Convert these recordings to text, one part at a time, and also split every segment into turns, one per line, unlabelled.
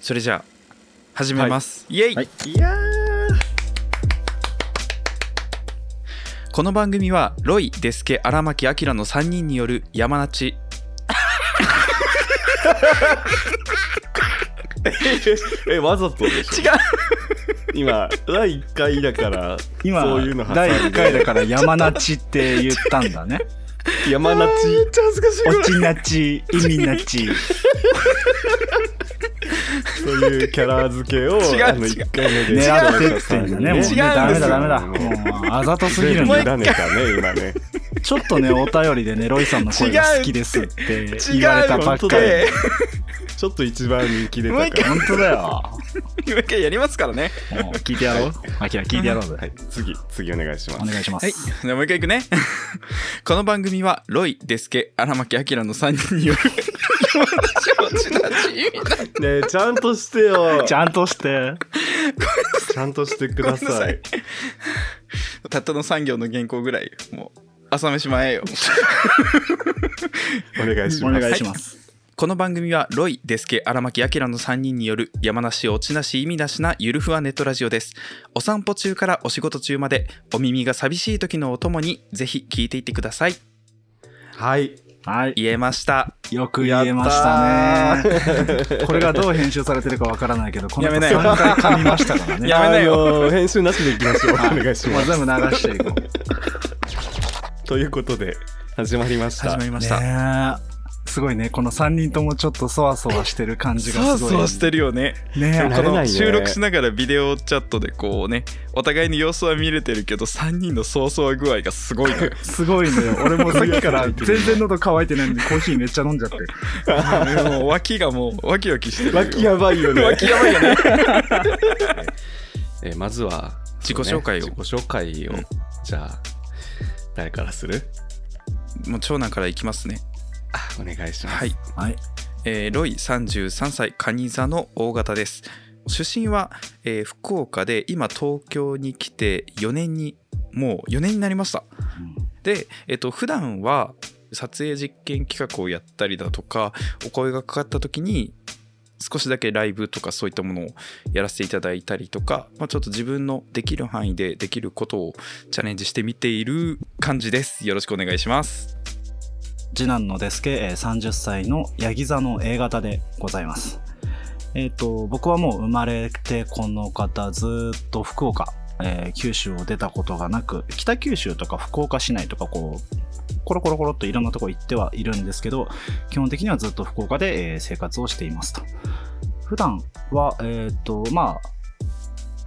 それじゃあ始めます、イエイ、
はい、いや
この番組はロイデスケ荒牧明の3人による山なち
ー えわざとでしょ
違う
今第1回だから
今
そういうの挟んで
第1回だから山なちって言ったんだね
山なち
ちゃ恥ずかしい
落ちなち意味なち
そういうキャラ付けを
違う
あの
違う
1回目で
狙ってってんだねも
違うん
うね
ですよ
ダメだダメだもうあざとすぎるん
もう
だ
委ねたね今ね
ちょっとねお便りでねロイさんの声が好きですって言われたばっか
違う
り
違ちょっと一番人気出た
もう一
か
回
ら
本当だよ
もう一回やりますからね
もう聞いてやろうアキラ聞いてやろうぜ
はい次次お願いし
お
ます
願いしま
はい
す、
じゃあもう一回いくね この番組はロイデスケ荒牧明の3人による山梨落ちなち意味なち
ねえちゃんとして よ
ちゃんとして
ちゃんとしてく
ご
だ
めんな
さ
さ
い
いたったの3行の原稿ぐらいもう朝飯前よ
お願いし
お
ます
願いします、
この番組はロイ、デスケ、荒牧、アキラの3人による山梨、落ちなし、意味なしなゆるふわネットラジオです。お散歩中からお仕事中までお耳が寂しい時のお供にぜひ聞いていってください。
はい
はい
言えました。
よく言えましたねこれがどう編集されてるかわからないけどこの
や
人
めなよ
3回噛みましたからね
やめなよ
あの編集なしでいきましょうお願いし
も
ま
う
す
全部流していこう
ということで始まりました
始まりました。
ねえすごいねこの3人ともちょっとそわそわしてる感じが
そわ
すごい
そわしてるよね。
ね
慣
こ
れな
の
いね
収録しながらビデオチャットでこうね、お互いの様子は見れてるけど、3人のそわそわ具合がすごいの よ
えすごいね俺もさっきから全然喉乾いてないのにコーヒーめっちゃ飲んじゃってる
もう脇がもうワキワキしてるよ。
脇やばいよね
脇やばいよね。
えーまずは
自己紹介を
そうね自己紹介を、
うん
じゃあ誰からする
もう長男からいきますね。
あお願いします、
はい。
はい
えーロイ33歳カニ座の大型です出身は、えー福岡で今東京に来て4年にもう4年になりましたで、えっと普段は撮影実験企画をやったりだとかお声がかかった時に少しだけライブとかそういったものをやらせていただいたりとか、まあ、ちょっと自分のできる範囲でできることをチャレンジしてみている感じですよろしくお願いします
次男のデスケえー30歳のヤギ座の A 型でございますえっ、と僕はもう生まれてこの方ずーっと福岡、えー九州を出たことがなく北九州とか福岡市内とかこうコロコロコロっといろんなとこ行ってはいるんですけど基本的にはずっと福岡で、えー生活をしていますと普段はえっ、とまあ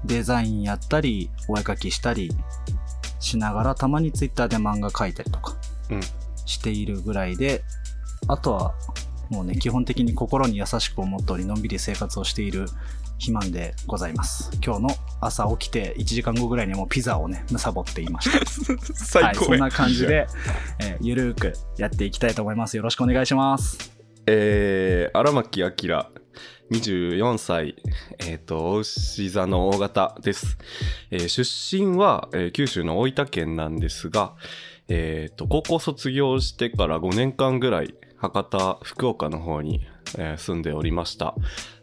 デザインやったりお絵描きしたりしながらたまにツイッターで漫画描いたりとか
うん
しているぐらいで、あとはもうね基本的に心に優しく思っておりのんびり生活をしている肥満でございます今日の朝起きて1時間後ぐらいにはもうピザをねむさぼっていましたは
最
い
高
そ
や
んな感じで、えーゆるーくやっていきたいと思いますよろしくお願いします
えー荒牧明24歳えっ、とお牛座の大型です、えー出身は、えー九州の大分県なんですがえっ、と高校卒業してから5年間ぐらい博多福岡の方に、えー住んでおりました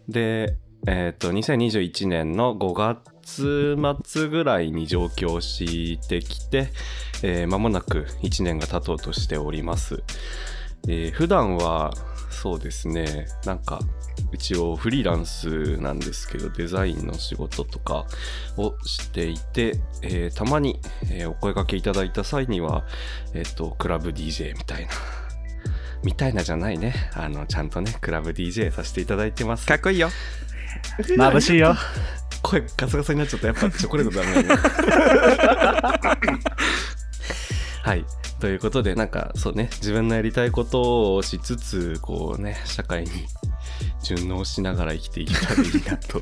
でえっ、と2021年の5月末ぐらいに上京してきてえー間もなく1年が経とうとしております。えー普段はそうですねなんか一応フリーランスなんですけどデザインの仕事とかをしていて、えーたまに、えーお声掛けいただいた際にはえっ、とクラブ DJ みたいなみたいなじゃないねあのちゃんとねクラブ DJ させていただいてます
かっこいいよ
眩しいよ
声ガサガサになっちゃったやっぱチョコレートダメだねはいということでなんかそうね自分のやりたいことをしつつこうね社会に順応しながら生きていけたらいいなと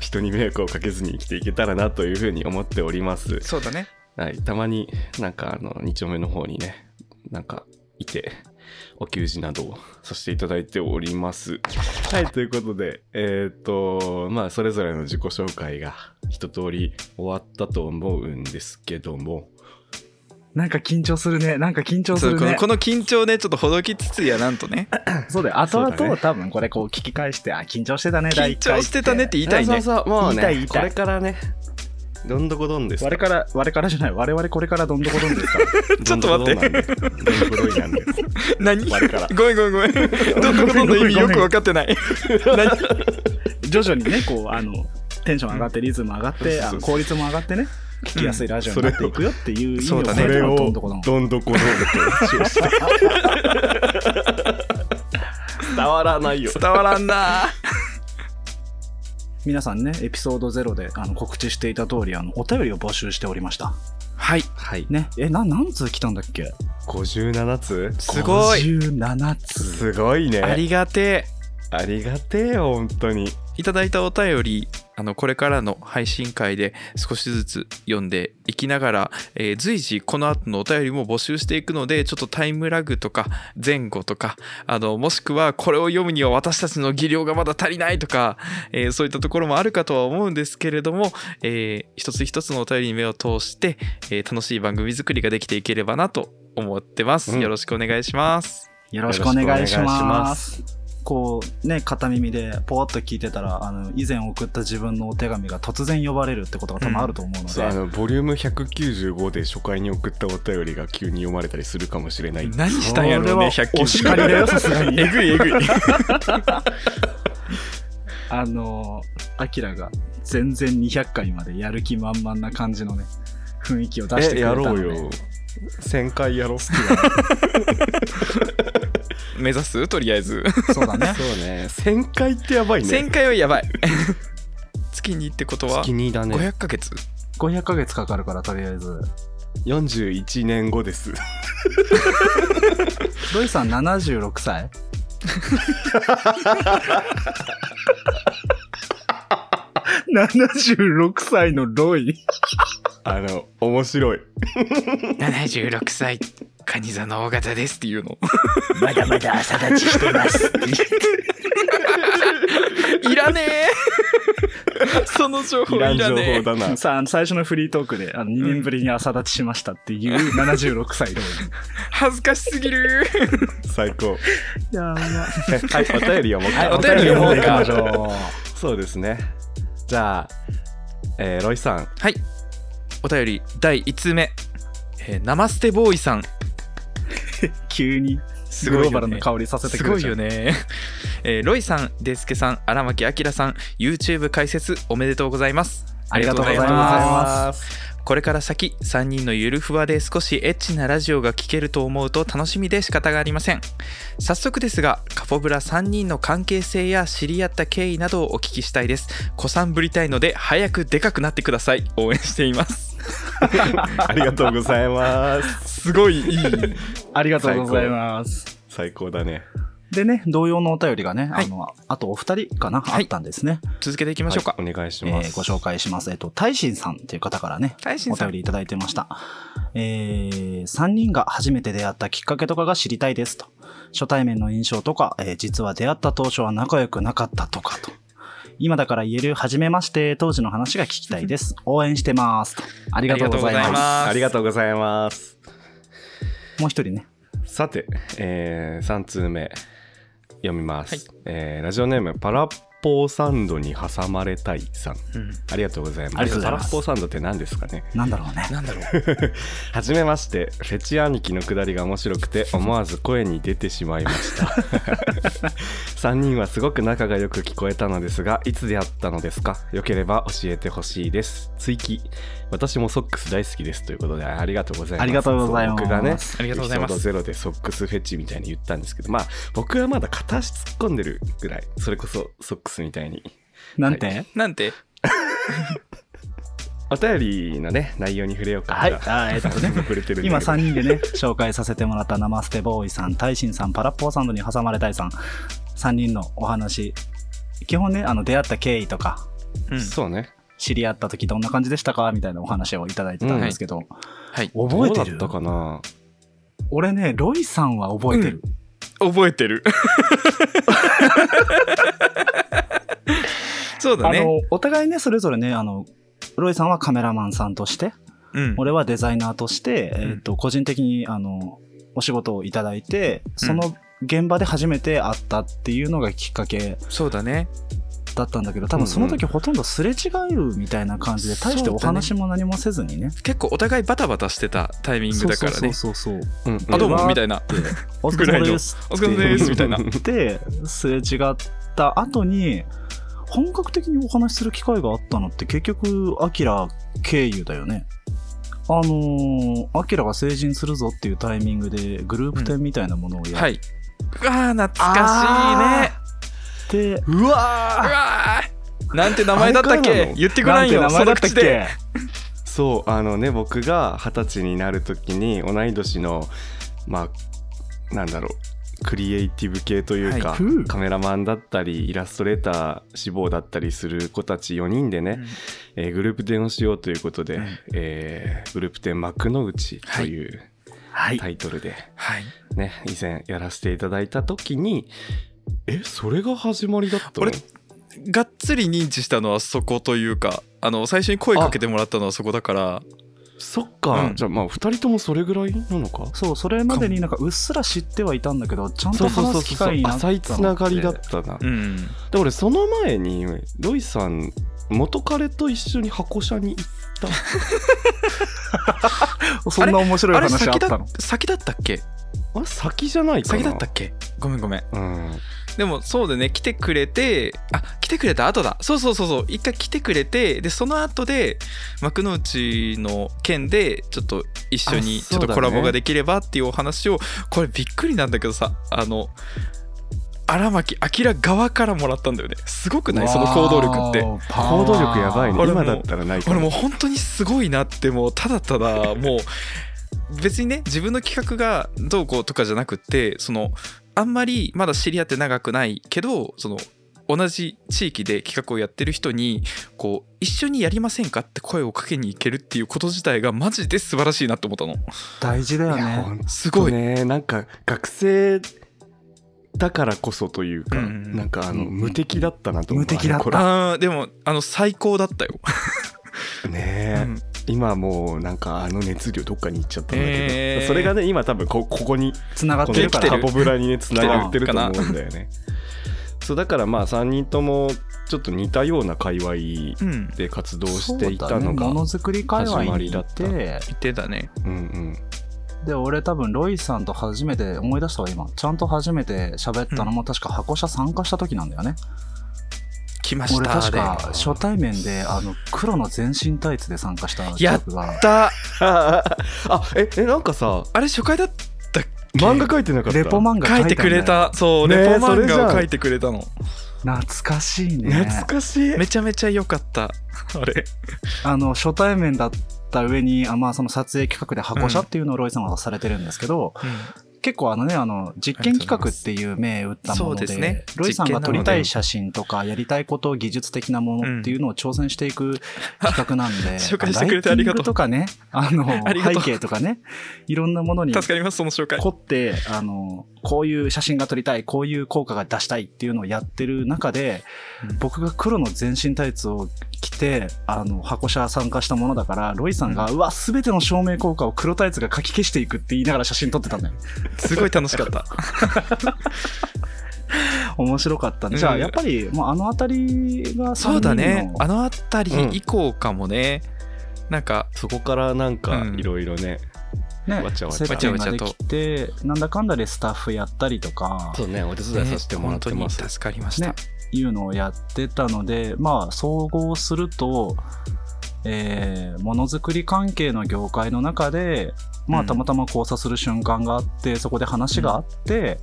人に迷惑をかけずに生きていけたらなというふうに思っております
そうだね
はい、たまになんかあの2丁目の方にねなんかいてお給仕などをさせていただいておりますはいということでえっ、とまあそれぞれの自己紹介が一通り終わったと思うんですけども
なんか緊張するね。なんか緊張す
そう
る
この
ね。
この緊張ねちょっとほどきつつやなんとね
そうだよ。後
そうだ
々
ね
多分これこう聞き返して、あ、緊張してたね、
緊
第一回
張してたねって言いたいね
そうそうもうね
言いたい言いたい
これからねどんどこどんです
我から、我からじゃない。我々これからどんどこどんですから。
ちょっと待って
どんどこどんなんでどんどこどいなんで
何
我から
ごめんご めんごめんどんなことの意味よく分かってない何
徐々にね、こう、あの、テンション上がって、リズム上がって、あの効率も上がってね、聞きやすいラジオになっていくよっていう意味
そ
を
うだ
込
ね
そ
め
れ
ての
を
どんどこどん。
どんどこどんと一応した 伝わらない よ
伝わらんな
皆さんね、エピソード0であの告知していた通り、あの、お便りを募集しておりました。
はい
はい
ね。え、な、何通来たんだっけ
57つ
すごい
57通。
すごいね
ありがてえ
ありがてえよ本当に
いただいたお便りあのこれからの配信会で少しずつ読んでいきながら、えー随時この後のお便りも募集していくのでちょっとタイムラグとか前後とかあのもしくはこれを読むには私たちの技量がまだ足りないとか、えーそういったところもあるかとは思うんですけれども、えー一つ一つのお便りに目を通して、えー楽しい番組作りができていければなと思ってます、
うん
よろしくお願いします
よろしくお願いし
よろしくお願いし
ま。
ます
こうね、片耳でポワッと聞いてたら、あの、以前送った自分のお手紙が突然呼ばれるってことが多分あると思うので、
そうあのボリューム195で初回に送ったお便りが急に読まれたりするかもしれない
何したんやろうね
それは
100
お叱りだよさすが に
えぐいえぐい
あの、アキラが全然200回までやる気満々な感じのね、雰囲気を出してく
え
れた
や
ので、
ろうよ1000回やろう
目指すとりあえず
そうだね。
そうね1000回ってやばいね
1000回はやばい 月にってことは
月にだね
500ヶ月
500ヶ月かかるから、とりあえず。
41年後です
ロイさん76歳76歳のロイ
あの面白い
76歳カニ座の大型ですっていうの
まだまだ朝立ちしてます
いらねえ その情報い
い
ら
らん情
ねえ
報だな
さああの最初のフリートークであの2年ぶりに朝立ちしましたっていう76歳ロイ
恥ずかしすぎる
最高
や
は
ば
いお便り読もう
はい
か
お便り読もうか
お便り読んでいきましょ
そうですねじゃあ、えーロイさん
はいお便り第1通目、えーナマステボーイさん
う急に
す
グローバ
よ
ル
ね
の香りさせて
す
く
ご
れ
い
ちゃ
よ
う
ね、えーロイさんデスケさん荒牧明さん YouTube 解説おめでとうございます
ありがとうござい
ありがとうござい
ます
す
これから先3人のゆるふわで少しエッチなラジオが聴けると思うと楽しみで仕方がありません早速ですがカポブラ3人の関係性や知り合った経緯などをお聞きしたいです子さんぶりたいので早くでかくなってください応援しています
ありがとうございます
すごいいい
ありがとうございます
最高だね
でね、同様のお便りがね、
はい
あの、あとお二人かな、
はい
あったんですね。
続けていきましょうか、
はいお願いし
え
ま
ー
す、
ご紹介します。えっと、大臣さんっていう方からね、
大臣
お
さ
便
ん
りいただいてました。えー、3人が初めて出会ったきっかけとかが知りたいですと。初対面の印象とか、えー実は出会った当初は仲良くなかったとかと。今だから言える、初めまして、当時の話が聞きた いです。応援してますと。ありがとうござい
ありがとうござ
ます。
います
ありがとうございます
もう一人ね。
さて、え3通目読みます、
はい
えーラジオネームパラッポーサンドに挟まれたいさん
うん
ありがとうございます
ありがとうございます
パラッポーサンドって何ですかね
なんだろうね。
なんだろう
はじめましてフェチ兄貴のくだりが面白くて思わず声に出てしまいました 3人はすごく仲がよく聞こえたのですがいつ出会ったのですかよければ教えてほしいです追記私もソックス大好きですということでありがとうございます
ありがとうございます
僕がね
ありがとうございます
エピソードゼロでソックスフェチみたいに言ったんですけどまあ僕はまだ片足突っ込んでるぐらいそれこそソックスみたいに
なんて、
は
なんて
お便りのね内容に触れようか
はい
じゃ
あーえっとね
早速触れてるんだけど
今3人でね紹介させてもらったナマステボーイさん大臣さんパラッポーサンドに挟まれたいさん3人のお話基本ねあの出会った経緯とか
うん
そうね
知り合った時どんな感じでしたかみたいなお話をいただいてたんですけど、
はい
覚えて
ど
る
うだったかな
俺ねロイさんは覚えてる、
覚えて るそうだ
あ
ね
のお互いねそれぞれねあのロイさんはカメラマンさんとして
うん
俺はデザイナーとして、えっと個人的にあのお仕事をいただいてその現場で初めて会ったっていうのがきっかけ
そうだね
だったんだけど多分その時ほとんどすれ違うみたいな感じで
そうだね
大してお話も何もせずにね
結構お互いバタバタしてたタイミング
そう
だ
そ
か
う
ら
そう
ね
そうそう
うんうん
あどう
う
も
ん
みたいな
お疲れ様です
お疲れ様ですみたいな
で、すれ違った後に、本格的にお話しする機会があったのって結局、アキラ経由だよね。あのーアキラが成人するぞっていうタイミングでグループ展みたいなものをや
は
っ
いあ懐かしいね
て、
う
うわー
わーなんて名前だったっ
あれからな
け
の
言ってくないよ
なんて名前だったっ
その口で
け
そうあのね僕が二十歳になる時に同い年のまあなんだろうクリエイティブ系というか、
は
ふう
カメラマンだったりイラストレーター志望だったりする子たち4人でね、
うん
えーグループ展をしようということで、
うん
えーグループ展幕の内という
はい
タ。イトルで
はい
ね、以前やらせていただいた時にえそれが始まりだったの
俺がっつり認知したのはそこというかあの最初に声かけてもらったのはそこだから
そっか、
うん
じゃあまあ2人ともそれぐらいなのか
そう、それまでになんかうっすら知ってはいたんだけど、ちゃんと話す機会になった
浅
の
いつながりだっ
って
たな、
うん
で俺その前にロイさん元彼と一緒に箱車に行った
そんな面白い
あれ
話あっ
先
た
だ
の。
先だったっけ
あれ先じゃないかな
先だったっけごめんごめん
うん
でもそうだね来てくれてあ来てくれた後だそうそうそうそう一回来てくれてでその後で幕の内の件でちょっと一緒に
あ
ち
そ
ょ
う
っ
だね
とコラボができればっていうお話をこれびっくりなんだけどさあの荒牧明側からもらったんだよねすごくないその行動力って
わー。
行動力やばいね
俺も
今だったらないか
俺
ら
もう本当にすごいなってもうただただもう別にね自分の企画がどうこうとかじゃなくってそのあんまりまだ知り合って長くないけどその同じ地域で企画をやってる人にこう一緒にやりませんかって声をかけに行けるっていうこと自体がマジで素晴らしいなと思ったの
大事だよ
いや
ね。
本
す
当
ごい、
ねなんか学生だからこそというか、
うんうん
なんかあの
うんうん
無敵だったなと思う
無敵だった
あれこれ
あーでもあの最高だったよ、
ねえ、
うん
今もうなんかあの熱量どっかに行っちゃったんだけど、
えー
それがね今多分こここに
つながっ
こ
て
の
るから
カ
来。
ポブラにねつながってると
来て
思
る
うんだよね そうだからまあ3人ともちょっと似たような界隈
うん
で活動していた
そ
の
うだ
が
ね
う,、
ものづくり界隈にい
始まり
て
言ってたね
んうん
で俺多分ロイさんと初めて思い出したわ今ちゃんと初めて喋ったのも確か箱車参加した時なんだよね、
来ました
俺確か
で
初対面であの黒の全身タイツで参加した記
やっ
憶が
た
あええなんか さ
あれ初回だった
漫画描いてなかった
レポ漫画
書
書
い
い
て
たん
く
だよ
れたそう
ね
レ
え
ポ漫
それじゃ
画を
ん
書いてくれたの
懐かしいね
懐かし い
めちゃめちゃ良かったあれ
あの初対面だった上にあ、まあ、その撮影企画で箱車っていうのをロイさんはされてるんですけど、結構あのね、あの、実験企画っていう名打ったも
そう
の
で
で、
すね
ロイさんが撮り
実験なの
た
で
い写真とか、やりたいこと、技術的なものっていうのを挑戦していく企画なんで、
紹介してくれてありがとう
ライティングとかね、あの、
ありがと
背
う
景とかね、いろんなものに
助かりますその紹介
凝って、あの、こういう写真が撮りたい、こういう効果が出したいっていうのをやってる中で、
うん
僕が黒の全身タイツを着て、あの、箱車参加したものだから、ロイさんが、うわ、すべての照明効果を黒タイツが書き消していくって言いながら写真撮ってたんだよ。
すごい楽しかった
面白かったね。
うん
じゃあ、やっぱり、もうあの辺りが、
そうだねあ
あ
の辺り以降かもね、なんか
そこからなんかいろいろね、
ね、
わちゃわちゃ
接点ができて、なんだかんだでスタッフやったりとか、
うねお手
本当に助かりました、
ねいうのをやってたので、まあ、総合すると、えーものづくり関係の業界の中で、ま
う
あ、
ん
たまたま交差する瞬間があって、そこで話があって、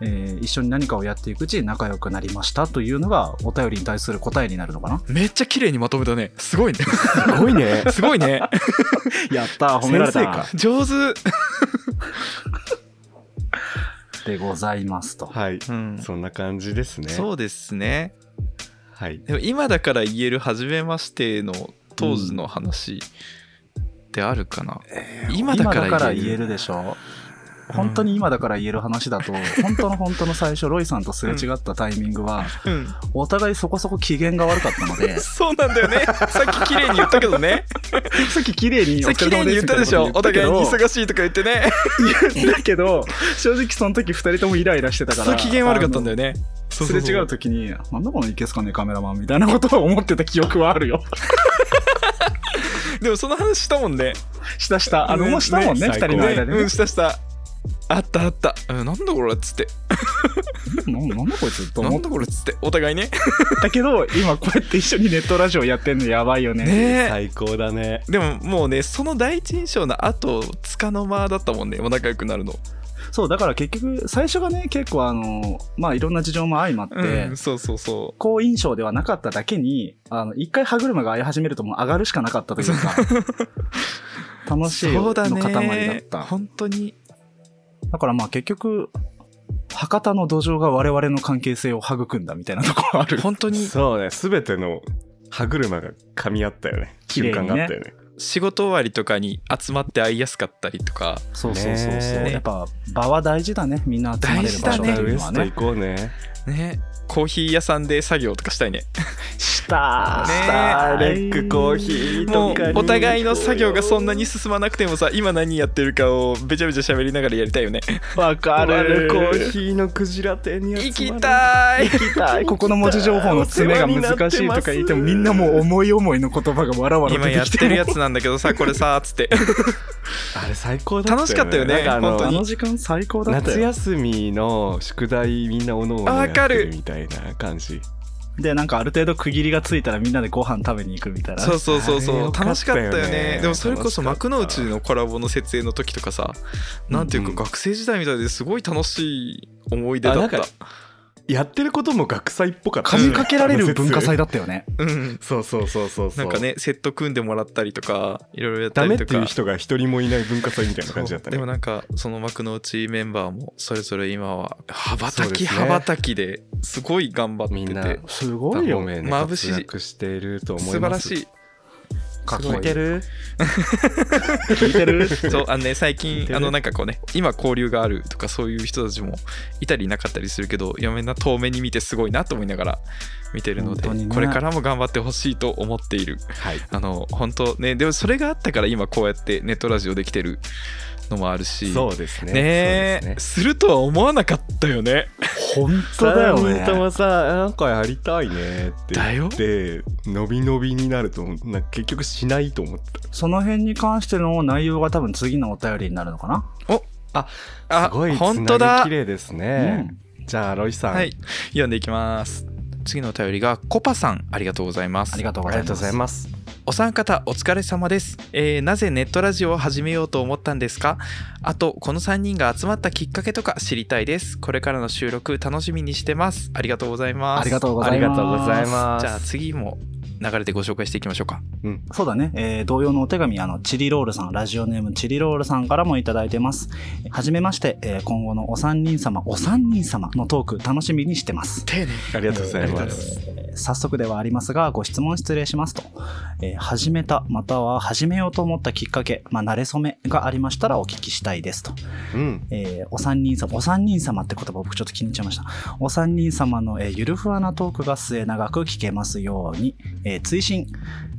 うん
えー一緒に何かをやっていくうちに仲良くなりましたというのが、お便りに対する答えになるのかな
めっちゃ綺麗にまとめたねすごいね
すごいね
すごいね
やったー褒められ
先生
た
か
上手、
でございますと。
はい
うん
そんな感じですね
そうですね
はい
でも今だから言える初めましての当時の話ってあるかな、今だから言える
でしょ本当に今だから言える話だと、本当の本当の最初、ロイさんとすれ違ったタイミングは、
うん、、
お互いそこそこ機嫌が悪かったので
そうなんだよね。さっき綺麗に言ったけどね。
さっき綺麗に
さっき綺麗に言ったでしょ。お互いに忙しいとか言ってね。
言ったけ ど、正直その時二人ともイライラしてたから、
そう機嫌悪かったんだよ
ね。
ね。
すれ違う時に、なんだこのいけすかねえカメラマンみたいなことを思ってた記憶はあ るよ。
でもその話したもんね。
したした。あの、
ね
もうしたもんね、
ね
二人の間で
う
ね
ん、。したした。あったあった。うん、なんだこれっつって。
なんなんだこいつと
な
思っ
んだこれっつって。お互いね。
たけど、今こうやって一緒にネットラジオやってんのやばいよね。
ねえ。
最高だね。
でももうね、その第一印象の後、つかの間だったもんね。もう仲良くなるの。
そう、だから結局、最初がね、結構あの、まあいろんな事情も相まって、
うん、そうそうそ
好印象ではなかっただけに、あの、一回歯車が合い始めるともう上がるしかなかったという か、
う。
楽し
そ
いの
うだ
塊
ね。
だった。だ
本当に。
からまあ結局、博多の土壌が我々の関係性を育んだみたいなところ ある。
本当に。
そうね、すべての歯車が噛み合ったよね。
綺
瞬
麗に
間
ね
があったよね。
仕事終わりとかに集まって会いやすかったりとか。
そうそうそうそう。
ね
やっぱ場は大事だね。みんな集まれる場
そ
所っ
う
て
大事だね
ウ
いう
エ
のは
スト
ね
行。こうね。
ね。コーヒー屋さんで作業とかしたいね。
した
ね
あレックコーヒー
も
と
う
かに
お互いの作業がそんなに進まなくてもさ今何やってるかをべちゃべちゃ喋りながらやりたいよね
わか
あ
る。
れコーヒーのクジラ店に
行き
い
たい
ここの文字情報の詰めが難しいとか言ってもみんなもう思い思いの言葉がわらわら
今
出
や
て
っ
き
て
て
るやつなんだけどさこれさつって
あれ最高だったよね
楽しかったよね
なんかあの
本当
あ
に
の時間最高だった
夏
よ。
休みの宿題みんなおのおの
あ
や
わ
っ
か
て
る
るみたいな感じ
で、なんかある程度区切りがついたらみんなでご飯食べに行くみたいな。
そうそうそう
あれ
そう
よかったよね
楽しかったよねでもそれこそ
楽し
幕
かった
の内のコラボの設営の時とかさなんていう
うんうん
か学生時代みたいですごい楽しい思い出
あ
だ
な
っ
んか
た
やってることも学祭っぽかった
髪かけられる文化祭だったよね。
うん
そうそうそうそうそう
なんかねセット組んでもらったりとかいろいろやった
ダメ
り
っ
と
ていう
か
人が一人もいない文化祭みたいな感じだった
そうで
ね
もなんかその幕の内メンバーもそれぞれ今は羽ばた
そう
き、
ですね
羽ばたきですごい頑張ってて
みんな
すごいよ。
ね
眩しい
活躍していると思います
素晴らし い
かっこいい
聞いてる聞いてる
そうあのね最
似て
近
る
あのなんかこうね今交流があるとかそういう人たちもいたりいなかったりするけどいやみんな遠目に見てすごいなと思いながら見てるので、
本当にね
これからも頑張ってほしいと思っている
はい
あの本当ねでもそれがあったから今こうやってネットラジオできてるのもあるし
そうですね
ねえ
そうです
るとは思わなかったよね
本
す
当だよ
三人と
ね。
もさなんかやりたいねって
だ
言
よ
って伸び伸びになるとなんか結局しないと思った
その辺に関しての内容が多分次のお便りになるのかな。
あ
すごい
本当だ
綺麗ですね、じゃあロイさん、
はい、読んでいきます。次のお便りがコパさんありがとうございます。
ありがとう
あ
ご
り
ざ
が
いま
とうござい
す。
ます
お三方お疲れ様です、えーなぜネットラジオを始めようと思ったんですかあとこの3人が集まったきっかけとか知りたいですこれからの収録楽しみにしてますありがとうございます
ありがとうござ
あ
い
り
ます。
がとうございます
じゃあ次も流れてご紹介していきましょうか
そうだね、えー同様のお手紙、あの、チリロールさん、ラジオネームチリロールさんからもいただいてます。はじめまして、えー今後のお三人様、お三人様のトーク楽しみにしてます。
丁寧
ありがとうございます、
えー早速ではありますが、ご質問失礼しますと。えー始めた、または始めようと思ったきっかけ、まあ、慣れ初めがありましたらお聞きしたいですと。
うん
えーお三人様、お三人様って言葉僕ちょっと気に入っちゃいました。お三人様の、えーゆるふわなトークが末長く聞けますように、えー追伸、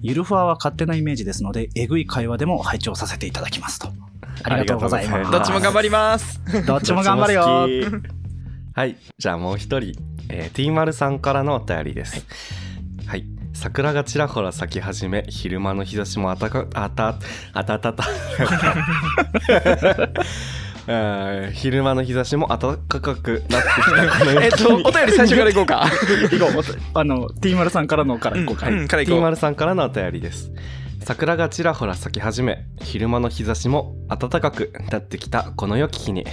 ゆるふわは勝手なイメージですので、えぐい会話でも拝聴させていただきますと。ありがとうございま
ありが
す。
どっちも頑張ります
どっちも頑張るよ。
どっちも好きはいじゃあもう一人、えー、T 丸さんからのお便りですはい、桜がちらほら咲き始め昼間の日差しもあたかあたあた たた あー昼間の日差しも暖かくなってきたこの
えっ
時
と
に
お便り最初からいこう か
行こう。 あの、T 丸さんからのから行こうか。
うんからいこう
T 丸さんからのお便りです桜がちらほら咲き始め昼間の日差しも暖かくなってきたこの良き日に、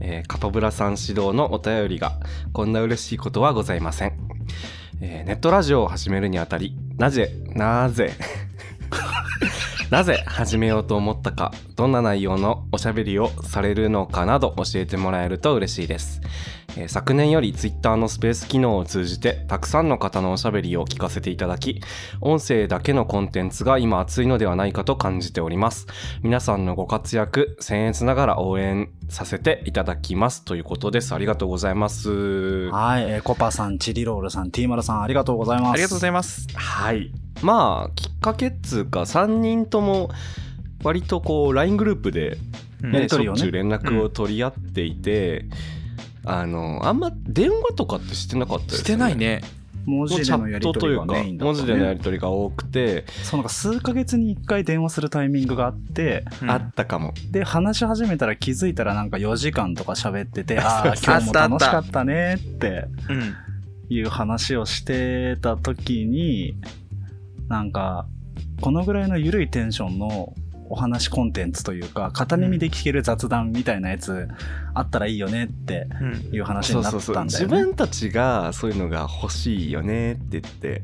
えーカパブラさん指導のお便りがこんな嬉しいことはございません、えーネットラジオを始めるにあたりなぜなぜなぜ始めようと思ったかどんな内容のおしゃべりをされるのかなど教えてもらえると嬉しいですえー昨年より Twitter のスペース機能を通じてたくさんの方のおしゃべりを聞かせていただき音声だけのコンテンツが今熱いのではないかと感じております皆さんのご活躍僭越ながら応援させていただきますということですありがとうございます
はい、えーコパさん、チリロールさん、ティーマラさん、ありがとうございます。
ありがとうございます。
はいまあきっかけっつうか3人とも割とこう LINE グループで
うん
や
ね、
りとり
しょ
を
っ
ね
ちゅう連絡を取り合っていて、あのあんま電話とかってしてなかったですよ
し
ね
てないね。
文
もう
字
チャ
でのや
ッ
り
ト
と
と
り
い
が
う
メ
か
インだっ
文
た
字
ね
でのやり取りが多くて、
そうなんか数ヶ月に1回電話するタイミングがあって
うん
あったかも
で話し始めたら気づいたらなんか4時間とか喋っててああ
そう
今日
あ
も
ったあっ
楽
た
しかったねって
うん。
いう話をしてた時になんかこのぐらいの緩いテンションのお話コンテンツというか片耳で聞ける雑談みたいなやつあったらいいよねって
うん。
いう話
そ
に
う
なっ
そうそ
た
うん
だ
自
よね。
分たちがそういうのが欲しいよねって言って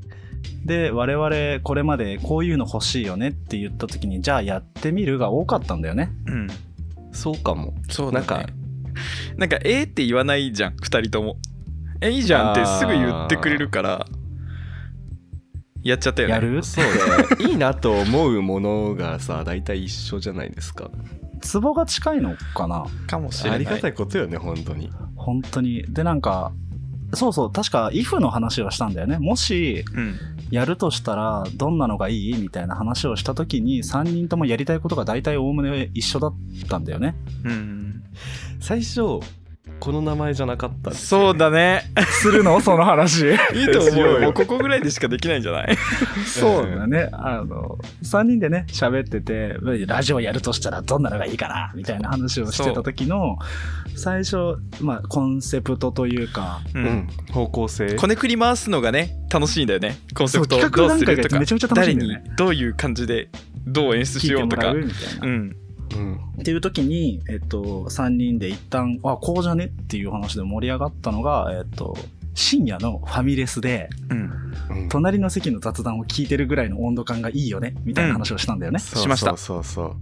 で我々これまでこういうの欲しいよねって言った時にじゃあやってみるが多かったんだよね。
うん。
そうかも
そうだ
なん
ね
か
なんか、えーって言わないじゃん、二人とも。え、いいじゃんってすぐ言ってくれるから、やっちゃったよね。
やる
そうねいいなと思うものがさ大体一緒じゃないですか
ツボが近いのかな
かもしれな
あ
い。
りがたいことよね本当に
本当にでなんかそうそう確か if の話をしたんだよねもし
うん。
やるとしたらどんなのがいいみたいな話をした時に3人ともやりたいことが大体おおむね一緒だったんだよね
うん。
最初この名前じゃなかったんですよ
そうだね。
するのその 話
いい と思う
しよ
よ。
うよ
もうここぐらいでしかできないんじゃない
そうだねあの3人でね喋っててラジオやるとしたらどんなのがいいかなみたいな話をしてた時の最初まあコンセプトというか
う
うん、。方向性
こねくり回すのがね楽しいんだよねコンセプト
そ
を
う企
ど
画
う
段
す
階
る
が
とか
めちゃめちゃ楽し
誰
いんだよ
に
ね
どういう感じでどう演出し
聞い
よ
て
う
も
と
ら
か
うみたいな
う。ん
うん
っていう時に、えっと、3人で一旦、あ、こうじゃねっていう話で盛り上がったのが、えっと、深夜のファミレスで、
うん
うん
隣の席の雑談を聞いてるぐらいの温度感がいいよね、みたいな話をしたんだよね。
そう
しました
そうそうそ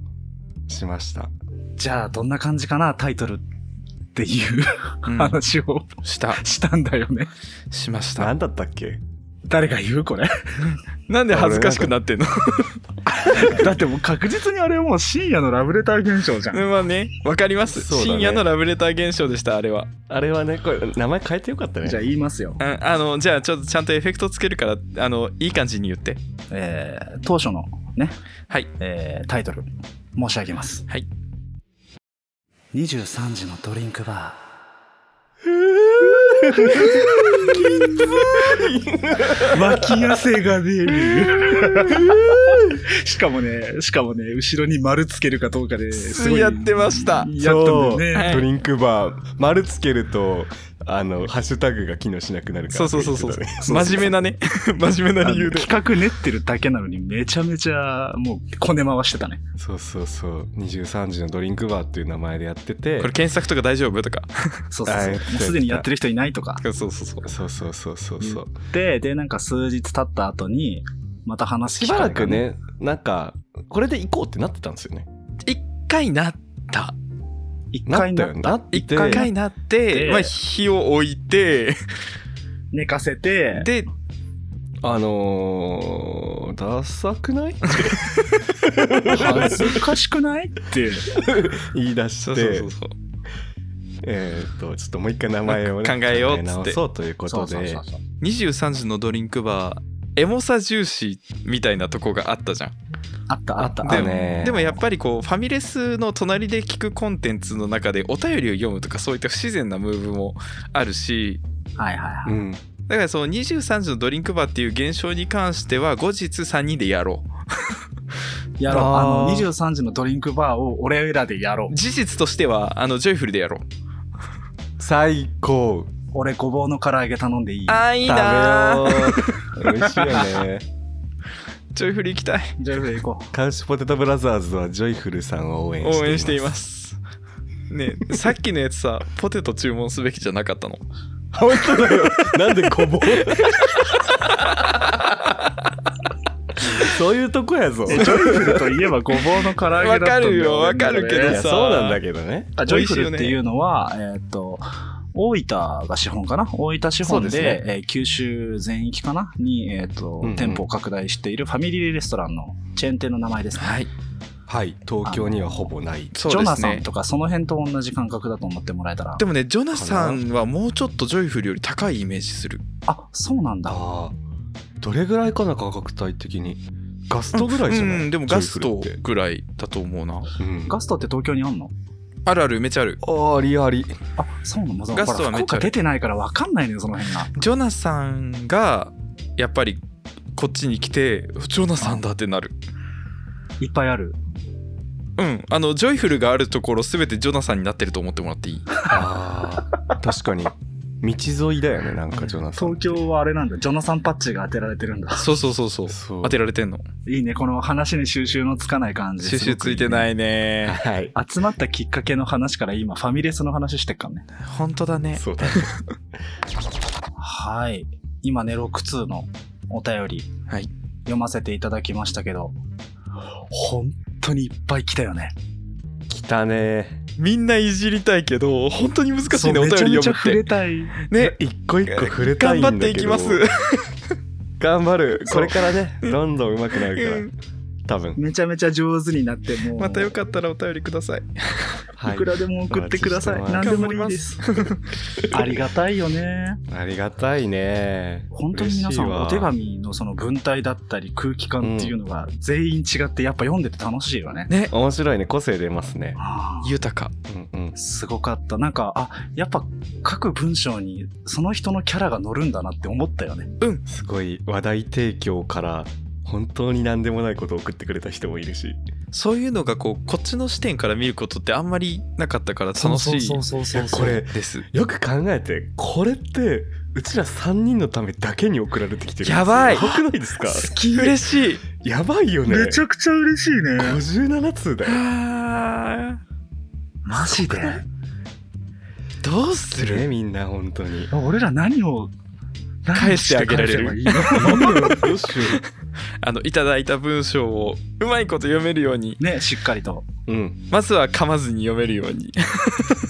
うしました
じゃあ、どんな感じかな、タイトルっていう
うん
話を、
した
したんだよね。
しました
何だったっけ
誰が言うこれ。
なんで恥ずかしくなってんの
だってもう確実にあれはもう深夜のラブレター現象じゃん。
まあねわかります、
そうだね
深夜のラブレター現象でしたあれは
あれはねこれ名前変えてよかったね
じゃあ言いますよ。
ああのじゃあちょっとちゃんとエフェクトつけるからあのいい感じに言って
えー、当初のね、
はい
えータイトル申し上げます
はい
23時のドリンクバー脇汗が出る しかもねしかもね後ろに丸つけるかどうかですごい
やってました
やったんだよね、
はい
ドリンクバー丸つけるとあのハッシュタグが機能しなくなるから
そうそうそうそう
って言って
真面目なね 真面目な理由で
あの企画練ってるだけなのにめちゃめちゃもうこね回してたね
たねそうそうそう23時のドリンクバーっていう名前でやってて
これ検索とか大丈夫とか
そうそう
あ
そ
や
う
っ
も
てた
うすでにやってる人いないとか
そうそうそう
そうそうそうそうそう
ででなんか数日経った後にまた話す
し
機会
ば
が
らくねなんかこれで行こうってなってたんですよね
一回なった
一
な
回
った
な
よねなって
一回なって、
で
まあ、火を置いて
寝かせて
で
あのー、ダサ くない
恥ずかしくないって
言い出
そ
して
うそうそうそう
えーっとちょっともう一回名前を、ね、
考えようっつって
考直そうということで
23時のドリンクバーエモさ重視みたいなとこがあったじゃん
あったあった
あ
で
ね
でもやっぱりこうファミレスの隣で聞くコンテンツの中でお便りを読むとかそういった不自然なムーブもあるし
はいはいは
う
い
ん
だからその23時のドリンクバーっていう現象に関しては後日3人でやろ
やろうあ
あー
の23時のドリンクバーを俺らでやろ
う
う
事実としてはあのジョイフルでやろう
最高
俺ごぼうの唐揚げ頼んでいい
あーいい
食べ
なー
よう美味しいよ ね
ジョイフル行きたい
じゃあ行こう
カウチポテトブラザーズはジョイフルさんを応援しています
応援していますねえさっきのやつさポテト注文すべきじゃなかったの
本当だよなんでこぼうそういうとこやぞ
えジョイフルといえばごぼうの唐揚げだ
わ
ったんだ
かるよわかるけど
いやそうなんだけどね
あジョイフルっていうのはえーっと大分が資本かな大分資本で
そうです
えー九州全域かなに、えーと
うんうん
店舗を拡大しているファミリーレストランのチェーン店の名前ですね。
はい
はい東京にはほぼない
そう
ジョ
で
ナ
す
サン
ね
とかその辺と同じ感覚だと思ってもらえたら
でもねジョナサンはもうちょっとジョイフルより高いイメージする
あそうなんだ
あーどれぐらいかな価格帯的にガストぐらいじゃない、
うんでもガスト
ジョイフルって
ぐらいだと思うな
うん
ガストって東京にあんの
あるあるめちゃある
ありあり
あそうなの
ガストはめっちゃある
効果出てないから分かんないのよその辺が
ジョナサンがやっぱりこっちに来てジョナサンだってなる
いっぱいある
うんあのジョイフルがあるところ全てジョナサンになってると思ってもらっていい
あー確かに道沿いだよねなんかジョナサン
東京はあれなんだジョナサンパッチが当てられてるんだ
そうそうそうそう
そう
当てられてんの
いいねこの話に収集のつかない感じ
収集ついてないいね
はい
集まったきっかけの話から今ファミレスの話してっからね
本当だね
そうだね
はい今ね6通のお便り
はい
読ませていただきましたけど本当にいっぱい来たよね
来たね
みんないじりたいけど本当に難しいねお便
そうめちゃ
り
めち
読
ゃ
むっ
触れ
て
たい
ね
一個一個触れたい
頑
んだ
張っ
けど
ていきます
頑張る
そう
これからねどんどん上手くなるから、
うん
多分
めちゃめちゃ上手になってもう
またよかったらお便りください
はい
いくらでも送ってください。
お待ちしてま
何
す
でもいいです。ありがたいよね。
ありがたいね
本当に皆さん、お
嬉
手
し
紙のその文体だったり空気感っていうのが全員違って、やっぱ読んでて楽しいよね。
ね
いわ面白いね個性出ますね
あー
豊か
うんうん
すごかった。なんか、あ、やっぱ各文章にその人のキャラが乗るんだなって思ったよね。
すごい話題提供から本当に何でもないことを送ってくれた人もいるし
そういうのがこうこっちの視点から見ることってあんまりなかったから楽しい
そうそうそうそう。
これ
です
よく考えてこれってうちら3人のためだけに送られてきてる
やばい
やばくないですか
好き嬉しい
やばいよね
ゃくちゃ嬉しいね。
57通だよ
あ
マジで
ーどうす
ね
る
みんな本当に
俺ら何を何を
返してあげられる
返せばいい の
どうしよ
あのいただいた文章をうまいこと読めるように
ね、しっかりと。
ううん
まずは噛まずに読めるように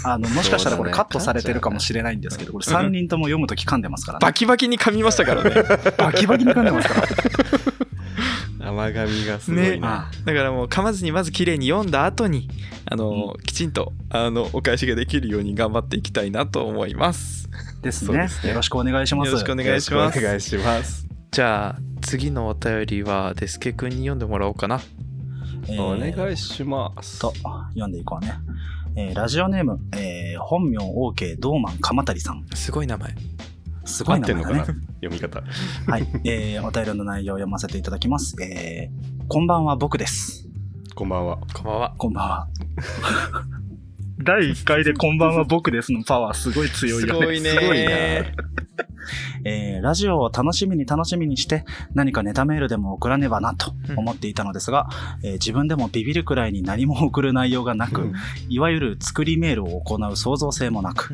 あの、もしかしたらこれ
そうだね
カットされてるかもしれないんですけど、これ3人とも読むとき噛んでますからね
バ。キバキに噛みましたからね
バキバキに噛んでますから。
甘髪がすごい
ね
な、
あ
だからもう噛まずにまず綺麗に読んだ後にあの、きちんとあのお返しができるように頑張っていきたいなと思います
です
そう
ね
ですね
よろしくお願いします。
よろしくお願いします
お願いします
じゃあ次のお便りはデスケ君に読んでもらおうかな
えー
お願いします
と、読んでいこうね。えーラジオネーム、えー本名 OK ドーマン鎌足さん。
すごい名前
すご
合
い
っ
名
てん
前
の
だ
か
ね
な。読み方
はい。 えーお便りの内容を読ませていただきます。えーこんばんは僕です。
こんばんは
こんばんは
こんばんは。 第1回でこんばんは僕ですのパワーすごい強いよね。
すごいね
すごいな
えーラジオを楽しみに楽しみにして何かネタメールでも送らねばなと思っていたのですが、えー自分でもビビるくらいに何も送る内容がなく、
うん
いわゆる作りメールを行う創造性もなく、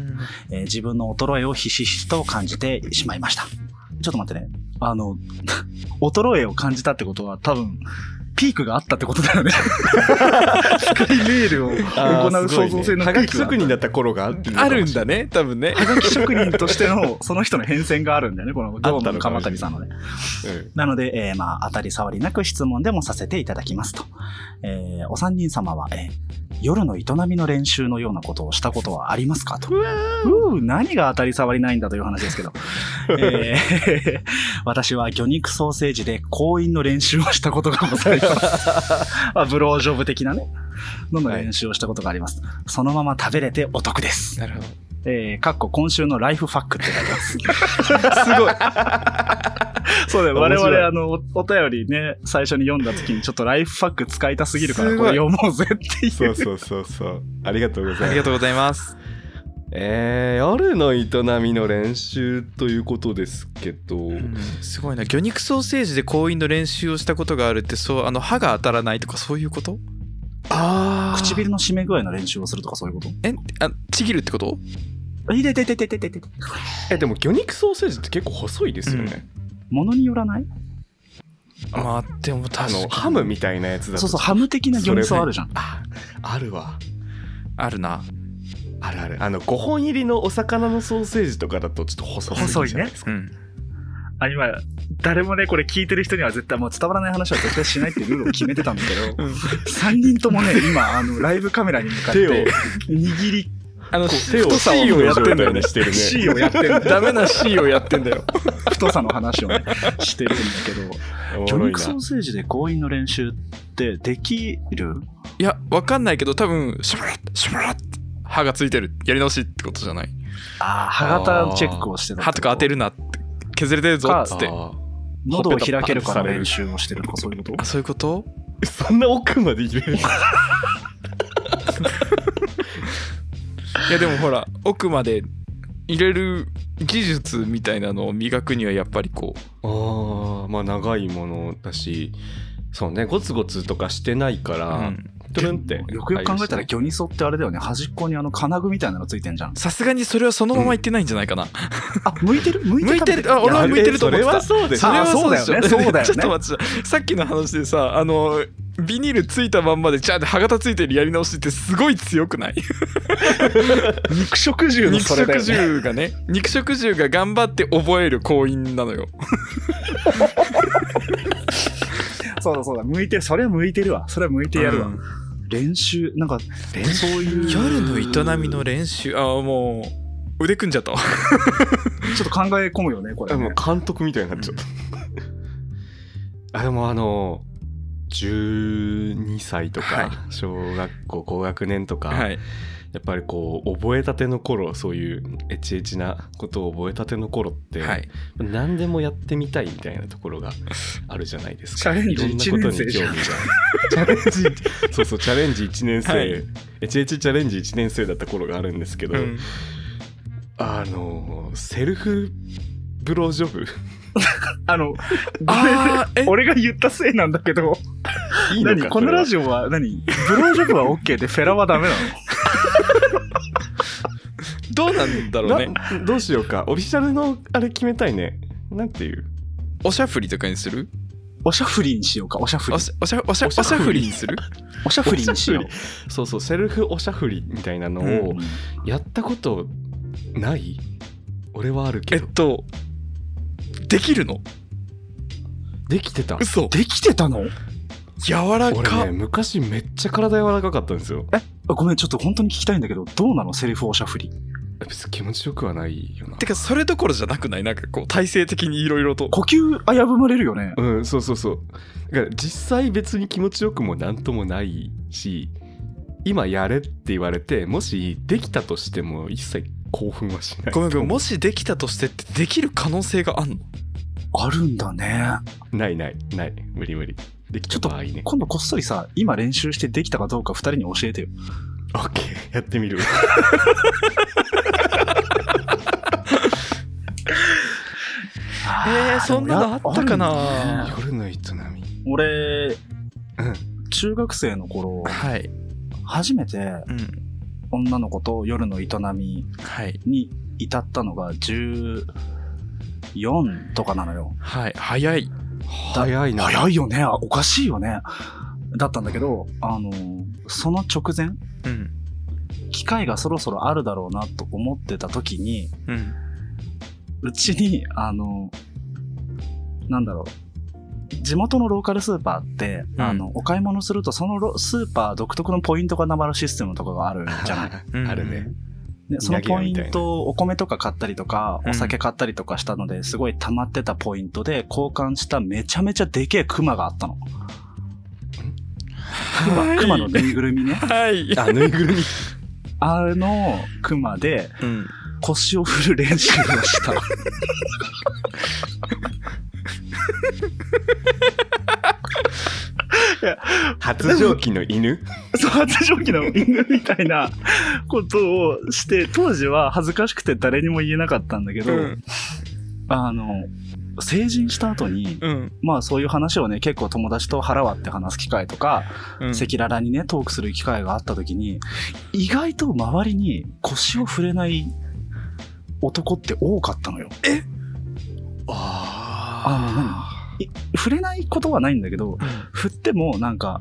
えー自分の衰えをひしひしと感じてしまいましたちょっと待ってねあの 衰えを感じたってことは多分ピークがあったってことだ よね作りメールを
あー
行う
すごい
創
ね
造性のピ
はが
ー
き
クがあった
職人だった頃があって
あるんだ
ね
ね多分ね
はがき職人としての、その人の変遷があるんだよね、この、ど
あ
う
った
も
のかも
鎌
しれな
谷
い
さんのね。
うん
なので、えーまあ、当たり障りなく質問でもさせていただきますと。えーお三人様は、えー夜の営みの練習のようなことをしたことはありますかと。うー何が当たり障りないんだという話ですけど。え ー私は魚肉ソーセージで行員の練習をしたことがございます。まあ、ブロージョブ的なね。のの練習をしたことがあります。そのまま食べれてお得です。
なるほど
えー、かっこ今週のライフファックって書いてます。
すごい
そうだよ。我
面白い
々、あの、おお便りね、最初に読んだ時に、ちょっとライフファック使いたすぎるから、
す
こ
ご
れ
い
読もうぜっていう。
そうそうそうそうありがとうござい
あ
ま
り
す
がとうございます
えー、夜の営みの練習ということですけど、
すごいな魚肉ソーセージで行員の練習をしたことがあるってそうあの歯が当たらないとかそういうこと
あ
唇の締め具合の練習をするとかそういうこと
えあちぎるってこと
あいてててててててて。
えでも魚肉ソーセージって結構細いですよね、
ものによらない
まあでも確か
あ
に
のハムみたいなやつだ
そ
と
うそう、ハム的な魚肉層あるじゃん。
ああるわ
あるな
あるあるあの5本入りのお魚のソーセージとかだとちょっと細す
細
ぎ
い
じゃない
ね
です。か、
うん。
あ、今、誰もね、これ聞いてる人には絶対
もう伝わらない話は絶対しないっていうルールを決めてたんだけど、3人ともね、今、あの、ライブカメラに向かって、
手を
握り、
あの、
手を
太さを
C をやってるよ
よ
うにしてるね
C をやってる、
ダメな C をやってんだよ。
太さの話をね、してるんだけど、
おも
魚
ろい
肉
な
ソーセージで強引の練習ってできる
いや、わかんないけど、多分、シュバラッ、シュバラッって歯がついてる。やり直しってことじゃない。
ああ、歯型チェックをしてた。
歯とか当て
る。
るなって。削れてるぞっつって。
あ
喉を開けるから練習をしてるとか、そういうこと
あ、そういうこと
ー そんな奥まで入れる
いや、でもほら、奥まで入れる技術みたいなのを磨くには、やっぱりこう、
ああまあ長いものだしそうねゴツゴツとかしてないか
う
ら、
ん
トゥルンって
よくよく考えたら、魚ニソってあれだよね、端っこにあの金具みたいなのついてんじゃ ん。
さすがにそれはそのままいってないんじゃないかな。
あ、向いてる向いて
向いてるあ俺
い
は
や
向いてると思ってた
いやそれはそうです
それは
あ
そうでしょ
そうだよねそうだよね
ちょっと待ってさっきの話でさあのビニールついたまんまでじゃあ歯型ついてるやり直しってすごい強くない
肉食獣 の
肉
それだ
食
よね。
獣がね肉食獣が頑張って覚える行員なのよ
そうだそうだ、向いてる。それは向いてるわ。それは向いてやるわ。練習、なんか、そういう。
夜の営みの練習ああもう腕組んじゃったわ
ちょっと考え込むよね、これ
あも
ね
う。監督みたいになっちゃった、あでもあの12歳とか、
はい
小学校高学年とか、
はい
やっぱりこう覚えたての頃そういうエチエチなことを覚えたての頃って、
はい
何でもやってみたいみたいなところがあるじゃないですか。
チャレンジ
いろんなことに興味が。チャレンジ、 そうそう、チャレンジ1年
は
生
い、
エチエチチャレンジ1年生だった頃があるんですけど、
うん
あの、セルフブロージョブ
あの、
あーえ
俺が言ったせいなんだけど、
いいの
何
か
このラ
オ
ジオは何ブロージョブは OK でフェラはダメなの
どうなんだろうね
どうしようか。オフィシャルのあれ決めたいね。なんていう
おしゃふりとかにする
おしゃふりにしようか、おしゃふり
お。しゃおしゃおしゃ
おしゃ
おしゃ
ふ
ふ
り
りにする
おしゃふりにしよ
おしそうそう、セルフおしゃふりみたいなの
う
を
う。
やったことない俺はある
え
け
っ
ど。
とできるの
できてた。
嘘
できてたの
柔らか
俺ね、昔めっちゃ体柔らかかったんですよ。
あごめん、ちょっと本当に聞きたいんだけど、どうなのセリフおしゃふり。
別に気持ちよくはないよな
て。かそれどころじゃなくないなんかこう体制的にいろいろと
呼吸危ぶまれるよね。
うん、そうそうそう。だから実際別に気持ちよくもなんともないし、今やれって言われて、もしできたとしても一切興奮はしない。
ごめんごめんもしできたとしてってできる可能性があんの
あるんだね。
ないないない。無理無理。でき
ちょ
た
っと
場合ね。
今度こっそりさ、今練習してできたかどうか二人に教えてよ。
オッケー、やってみる。
えー、そんなのあったか
あるね
な
夜の営み。う
俺、
ん。
中学生の頃、
はい
初めて
うん
女の子と夜の営み
はい
に至ったのが14とかなのよ。
はい早い
早いな。
早いよね。あおかしいよね。だったんだけど、あの、その直前、
うん
機会がそろそろあるだろうなと思ってた時に、
うん
うちに、あの、なんだろう。地元のローカルスーパーって、
うん
あの、お買い物すると、そのロスーパー独特のポイントがなまるシステムとかがあるじゃない。
うん
あるね。
でそのポイ
稲毛屋
ン
みたいな
ト、お米とか買ったりとか、
うん
お酒買ったりとかしたので、すごい溜まってたポイントで、交換しためちゃめちゃでけえクマがあったの。クマ、クマのぬいぐるみ ね。
はい
あ、ぬいぐるみ。
あのクマで
うん
腰を振る練習をした。
発情期の犬
そう、発情期の犬みたいなことをして、当時は恥ずかしくて誰にも言えなかったんだけど、
うん
あの、成人した後に、
うん
まあそういう話をね、結構友達と腹割って話す機会とか、
うん
赤裸々にね、トークする機会があった時に、意外と周りに腰を触れない男って多かったのよ。
あ
あの、何い触れないことはないんだけど、振ってもなんか、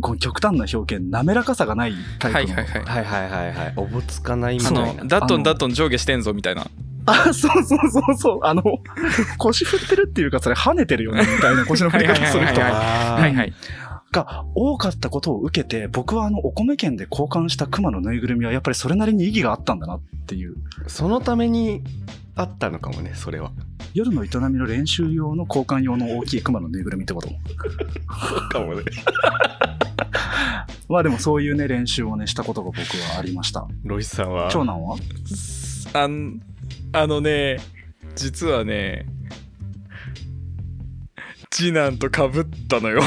この極端な表現、滑らかさがないタイプの。
はいはいはい
はいはいはいはい。おぼつかないみ
あ
たいな
の。ダット
あの
ンダットン上下してんぞみたいな
あ、そうそうそうそう。あの、腰振ってるっていうか、それ跳ねてるよね、みたいな腰の振り方する人
はい
あー
はいはい
が多かったことを受けて、僕はあの、お米券で交換した熊のぬいぐるみは、やっぱりそれなりに意義があったんだなっていう。
そのためにあったのかもね、それは。
夜の営みの練習用の交換用の大きい熊のぬいぐるみってこと
かもね。
まあでもそういうね、練習をね、したことが僕はありました。
ロイさんは。
長男は
あんあのね実はね次男とかぶったのよ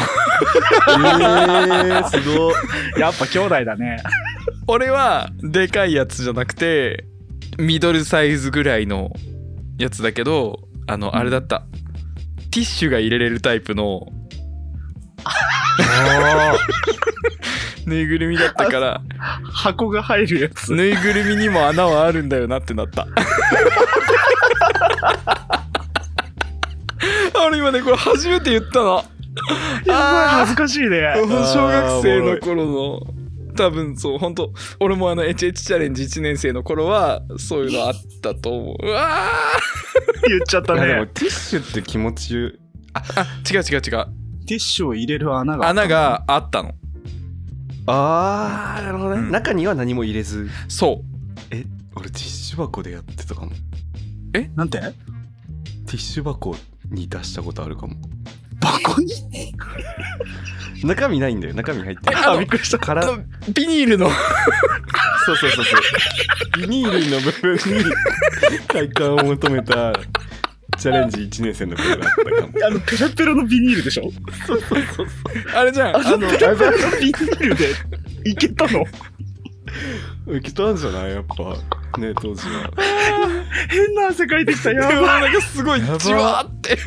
えー、すごい。
やっぱ兄弟だね。
俺はでかいやつじゃなくてミドルサイズぐらいのやつだけどあのあれだった、ティッシュが入れれるタイプのぬいぐるみだったから
箱が入るやつ。
ぬいぐるみにも穴はあるんだよなってなった あれ今ねこれ初めて言ったのあ
恥ずかしいね。
ー
い
小学生の頃の多分そう本当俺もあの HH チャレンジ1年生の頃はそういうのあったと思ううわ
言っちゃった
いやでも
ね。
ティッシュって気持ち
ー
よ
違う違う違う
ティッシュを入れる穴が。
穴があったの
ああなるほどね、
うん
中には何も入れず
そう
え俺ティッシュ箱でやってたかもテ
なんて
ィッシュ箱に出したことあるかも
箱に
中身ないんだよ中身入ってる
あの
びっくりしたから
あのビニールの
そうそうそうそうビニールの部分に快感を求めたチャレンジ1年生の頃だったか も
あの、ペラペラのビニールでしょ
あれじゃんあの
やば
ペラペラのビニールで、いけたの
い浮きたんじゃないやっぱね当時は
変な世界できた。や
う
ばい。
わなんかすごい
やば
じわーって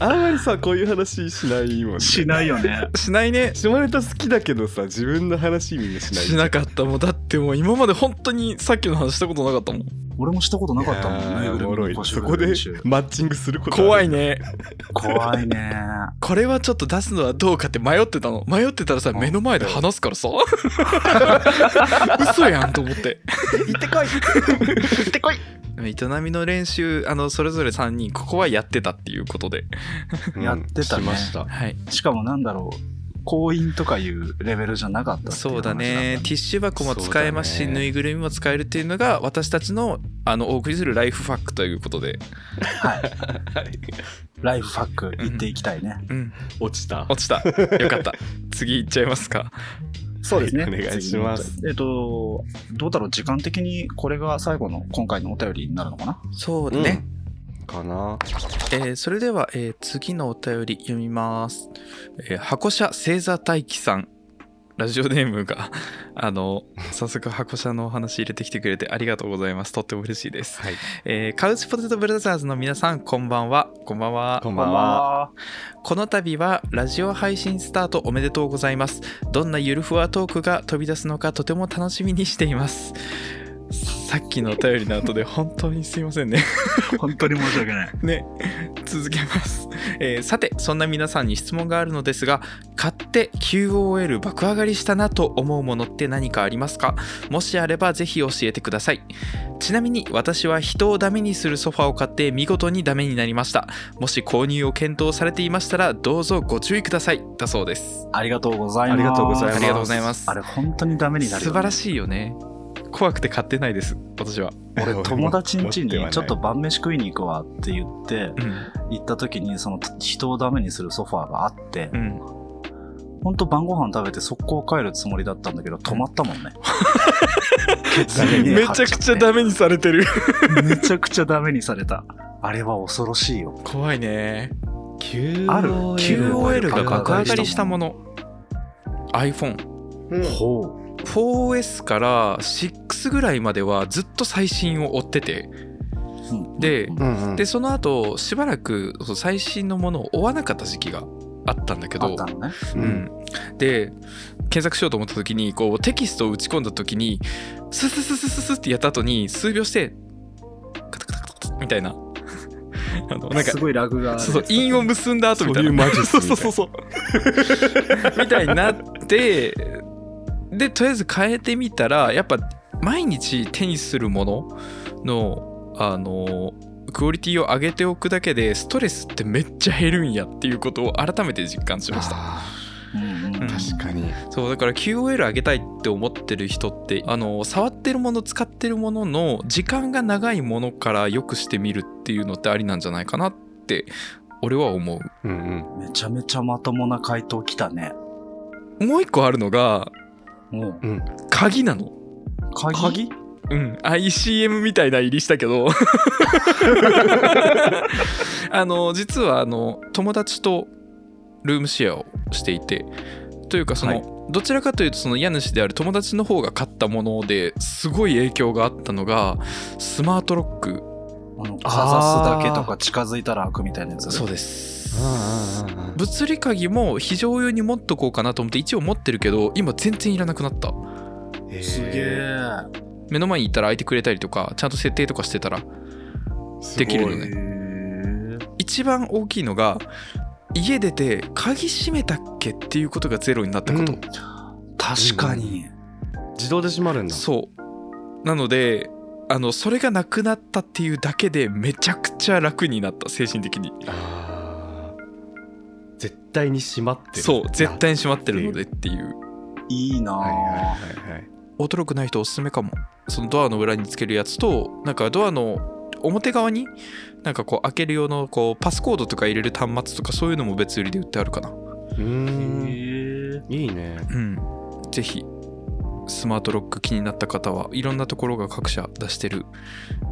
あんまりさこういう話しないもんね
しないよね。
しないね
下ネタ好きだけどさ自分の話みんなしない
しなかったもうだってもう今まで本当にさっきの話したことなかったもん
俺もしたことなかったもん
い
ね。
やー
ぐる
おも
ぐ
ろ
る
い
腰
そ
振
こ
る
で
練習
マッチングすることある
怖いね
怖いね。
これはちょっと出すのはどうかって迷ってたの迷ってたらさ目の前で話すから さ嘘やんと思って
行ってこい
営みの練習あのそれぞれ3人ここはやってたっていうことで
やってたね
しました
はい
しかもなんだろう、行員とかいうレベルじゃなかったってい
そうだ
話
ね
った
ティッシュ箱も使えますし、
そうだね
ぬいぐるみも使えるっていうのが私たちのあのお送りするライフファックということで、
ライフファック行っていきたいね。
うん、
落ちた
落ちたよ かった次いっちゃいますか
そうですね。
はいお願いします
次のお便り。えっと、どうだろう、時間的にこれが最後の今回のお便りになるのかな
そう
う
だ
ん
ね、
かな
えーそれでは、えー次のお便り読みます。えー箱車星座大輝さん。ラジオネームが、 あの、早速箱車のお話入れてきてくれてありがとうございます。とっても嬉しいです。
はい
えーカウチポテトブラザーズの皆さん、こんばんは。こんばんは。
こん
こ
ばんは。
この度はラジオ配信スタートおめでとうございますどんなゆるふわトークが飛び出すのかとても楽しみにしていますさっきのお便りの後で本当にすいませんね
本当に申し訳ない。
ね続けます、えーさてそんな皆さんに質問があるのですが買って QOL 爆上がりしたなと思うものって何かありますかもしあればぜひ教えてくださいちなみに私は人をダメにするソファーを買って見事にダメになりましたもし購入を検討されていましたらどうぞご注意くださいだそうです
ありがとうございま
あ
す。
りがとうございます
ありがとうございます
あれ、本当にダメになる、
素晴ら
い。
しいよね怖くて買ってないです私は
俺
友達ん家にちょっと
バ
晩飯食いに行くわって言って
うん
行った時にその人をダメにするソファーがあって
うん
本当晩ご飯食べて速攻帰るつもりだったんだけど止まった もんね
めちゃくちゃダメにされてる
メめちゃくちゃダメにされたあれは恐ろしいよ
怖いね
ある
QOL が爆上がり
し
したもの iPhone4S
ほう
から6ぐらいまではずっと最新を追ってて
うん
で
うん
うんうん
でその後しばらくそう最新のものを追わなかった時期があったんだけ
あ
ど
ったのね
う
うんん、で検索しようと思った時にこうテキストを打ち込んだ時にススススススってやった後に数秒してカタカタカタカタみたいな あのなんか
すごいラグがある。
そうそう韻を結んだ後みたいな
そういう魔術
そ
みたいうな
そうそうそうみたいになってでとりあえず変えてみたらやっぱ毎日手にするもののあのクオリティを上げておくだけでストレスってめっちゃ減るんやっていうことを改めて実感しました
うんうん。
うん
確かに。
そうだから QOL 上げたいって思ってる人ってあの触ってるもの使ってるものの時間が長いものから良くしてみるっていうのってありなんじゃないかなって俺は思う
うんうん。
めちゃめちゃまともな回答来たね。
もう一個あるのが
うん。
うん。
鍵なの
鍵
うん ICM みたいな入りしたけど あの実はあの友達とルームシェアをしていてというかその、
はい
どちらかというとその家主である友達の方が買ったものですごい影響があったのがスマートロック
あのかざすだけとか近づいたら開くみたいなやつ。
そうです
うんうんうんうん
物理鍵も非常用に持っとこうかなと思って一応持ってるけど今全然いらなくなった
へー
すげえ。
目の前にいたら開いてくれたりとかちゃんと設定とかしてたらできるのね
す
一番大きいのが家出て鍵閉めたっけっていうことがゼロになった
ごい
こと、
うん
確かに。
自動で閉まるんだ。
そうなのであのそれがなくなったっていうだけでめちゃくちゃ楽になった精神的に
あー絶対に閉まってる。
そう絶。対に閉まってるのでっていう
いいなぁ、
はいはいはいはい。
驚くない人おすすめかもそのドアの裏につけるやつとなんかドアの表側になんかこう開ける用のこうパスコードとか入れる端末とかそういうのも別売りで売ってあるかな
うーん。
へえ
いいね。
うんぜひスマートロック気になった方はいろんなところが各社出してる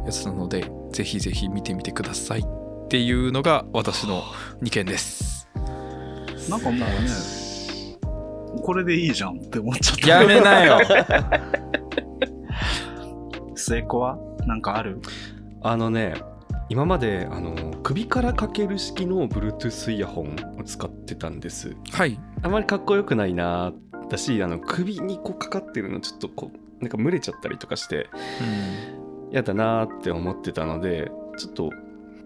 やつなのでぜひぜひ見てみてくださいっていうのが私の2件です
なんかもうね、これでいいじゃんって思っちゃった。
やめなよ
成功はなんかある
あのね、今まであの首からかける式の Bluetooth イヤホンを使ってたんです。
はい
あまりかっこよくないなだしあの首にこうかかってるのちょっとこうなんか蒸れちゃったりとかしてやだなーって思ってたのでちょっと